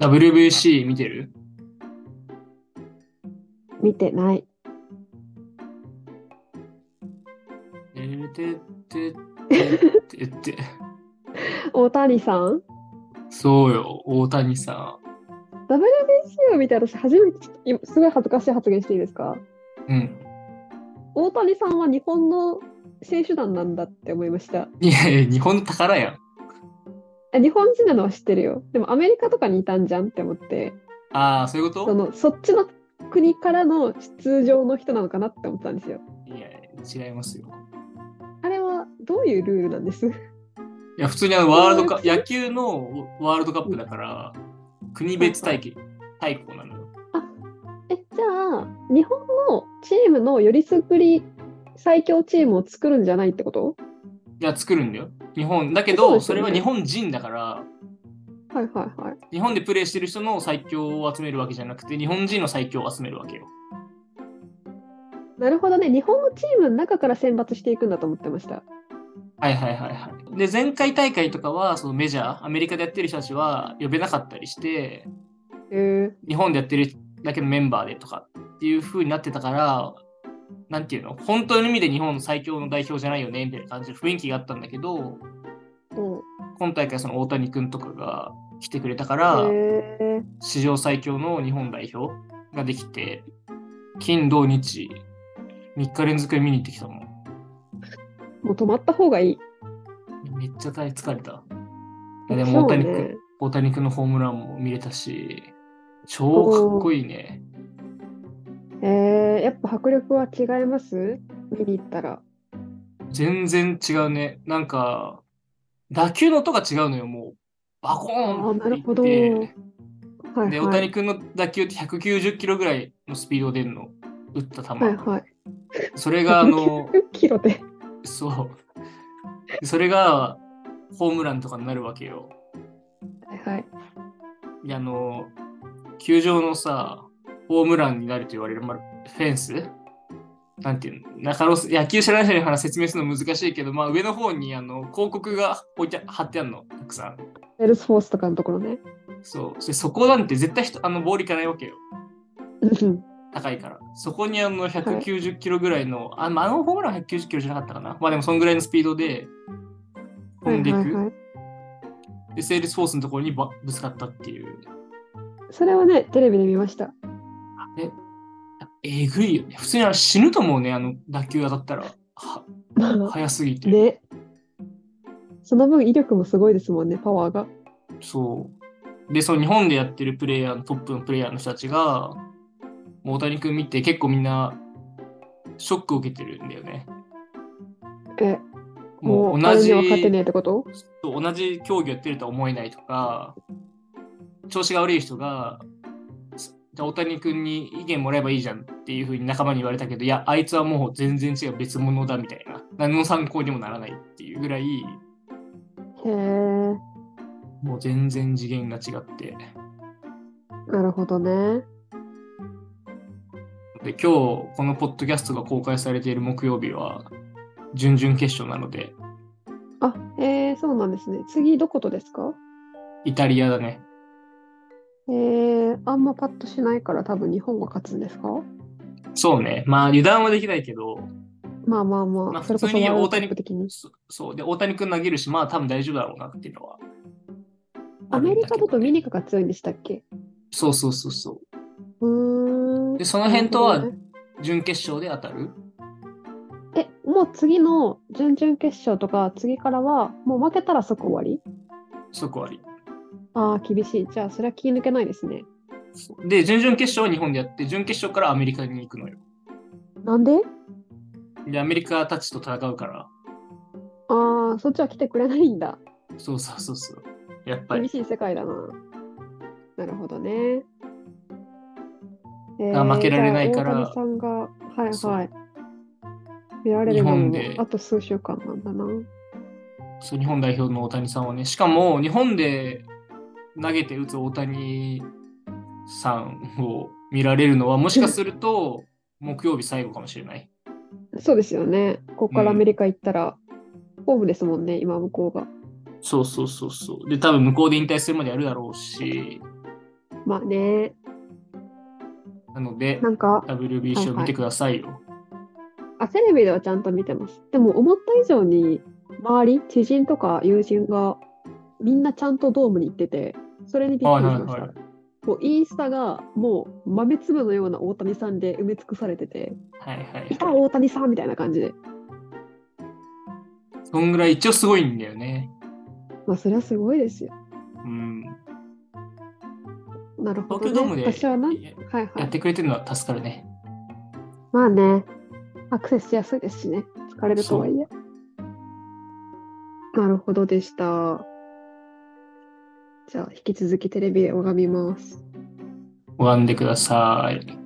WBC 見てる見てない。てれてってってってって。大谷さんそうよ、大谷さ ?WBC を見て私初めてちょっと今すごい恥ずかしい発言していいですかん。うん。大谷さんは日本の選手団なんだって思いました。いやいや、日本の宝やん。え日本人なのは知ってるよ。でもアメリカとかにいたんじゃんって思って、ああ、そういうこそとのそっちの国からの出場の人なのかなって思ったんですよ。いやいや、違いますよ。あれはどういうルールなんですいや、普通にあのワールドカそういう野球のワールドカップだから、国別対決、対抗なのよ。え、じゃあ、日本のチームのよりすぐり最強チームを作るんじゃないってこといや、作るんだよ。日本。だけそうど、ですそよねれは日本人だから、はいはいはい。日本でプレーしてる人の最強を集めるわけじゃなくて、日本人の最強を集めるわけよ。なるほどね。日本のチームの中から選抜していくんだと思ってました。はいはいはいはい。で、前回大会とかは、そのメジャー、アメリカでやってる人たちは呼べなかったりして、へえ日本でやってるだけのメンバーでとかっていう風になってたから、なんていうの本当の意味で日本の最強の代表じゃないよねみたいな感じの雰囲気があったんだけど、うん。今大会その大谷君とかが来てくれたから、へえ史上最強の日本代表ができて、金、土、日、3日連続で見に行ってきたもん。もう止まった方がいい。いやめっちゃ大疲れた。いやでも大谷君、そうね大谷君のホームランも見れたし、超かっこいいね。えー、やっぱ迫力は違います見に行ったら。全然違うね。なんか、打球の音が違うのよ、もう。バコーンっていあーなるって。はいはい。で、大谷君の打球って190キロぐらいのスピード出るの。打った球。はいはい。それが、あの、 100キ ロで。そう。それが、ホームランとかになるわけよ。はいはい。いやあの、球場のさ、ホームランになると言われる、まあ、フェンスなんていうの中野野球知らない人に話説明するの難しいけど、まあ、上の方にあの広告が置いて貼ってあるの、たくさん。エルスフォースとかのところね。そう。でそこなんて絶対人あのボールいかないわけよ。うん高いから。そこにあの190キロぐらいの、あまああのホームランは190キロじゃなかったかな。まあでもそんぐらいのスピードで飛んでいく。はいはいはい。で、セールスフォースのところにばぶつかったっていう。それはね、テレビで見ました。えぐいよね。普通にあれ死ぬと思うね、あの打球当たったら。はまあ早すぎて。ね。その分威力もすごいですもんね、パワーが。そう。で、その日本でやってるプレイヤーのトップのプレイヤーの人たちが、もう大谷君見て結構みんなショックを受けてるんだよね。え、ももうう同じあれには勝てねえってことそう同じ競技やってるとは思えないとか、調子が悪い人が、すじゃあ大谷君に意見もらえばいいじゃんっていうふうに仲間に言われたけど、いや、あいつはもう全然違う別物だみたいな、何の参考にもならないっていうぐらい、へえ。もう全然次元が違って。なるほどね。で今日このポッドキャストが公開されている木曜日は準々決勝なのであ、えー、そうなんですね。次、どことですかイタリアだねえー、あんまパッとしないから多分日本が勝つんですかそうねまあ油断はできないけどまあまあまあ、まあそれこ普そ通にワールド大谷カップ的に。そそうで大谷君投げるしまあ多分大丈夫だろうなっていうのはアメリカだとミにニカが強いんでしたっけそうそうそうそうーんう。でその辺とはなるほどね準決勝で当たるえ、もう次の準々決勝とか次からは、もう負けたら即終わりそこありああ、厳しい。じゃあ、それは気抜けないですね。そうで準々決勝は日本でやって準決勝からアメリカに行くのよなんででアメリカたちと戦うからああ、そっちは来てくれないんだ。そうそうそうそうやっぱり厳しい世界だな。なるほどね。えあ負けられないからじゃあ大谷さんが、はいそはうい。見られるの日本もであと数週間なんだな。そう日本代表の大谷さんはね、しかも日本で投げて打つ大谷さんを見られるのは、もしかすると木曜日最後かもしれない。そうですよね。ここかうんらアメリカ行ったら、ホームですもんね、今向こうが。そうそうそうそう。で、多分向こうで引退するまでやるだろうし、まあね、なので、なんか、はい WBC をはい見てくださいよ。あ、テレビではちゃんと見てます。でも、思った以上に、周り、知人とか友人が、みんなちゃんとドームに行ってて、それにびっくりしました。はいはいはもうインスタが、もう豆粒のような大谷さんで埋め尽くされてて、はいはいいはたい。大谷さんみたいな感じで。そんぐらい一応すごいんだよね。まあ、それはすごいですよ。うん。なるほど、ね。東京ドームで私はな、はいやはい。やってくれてるのは助かるね。まあね、アクセスしやすいですしね、疲れるとはいえ。なるほどでした。じゃあ、引き続きテレビを拝みます。拝んでください。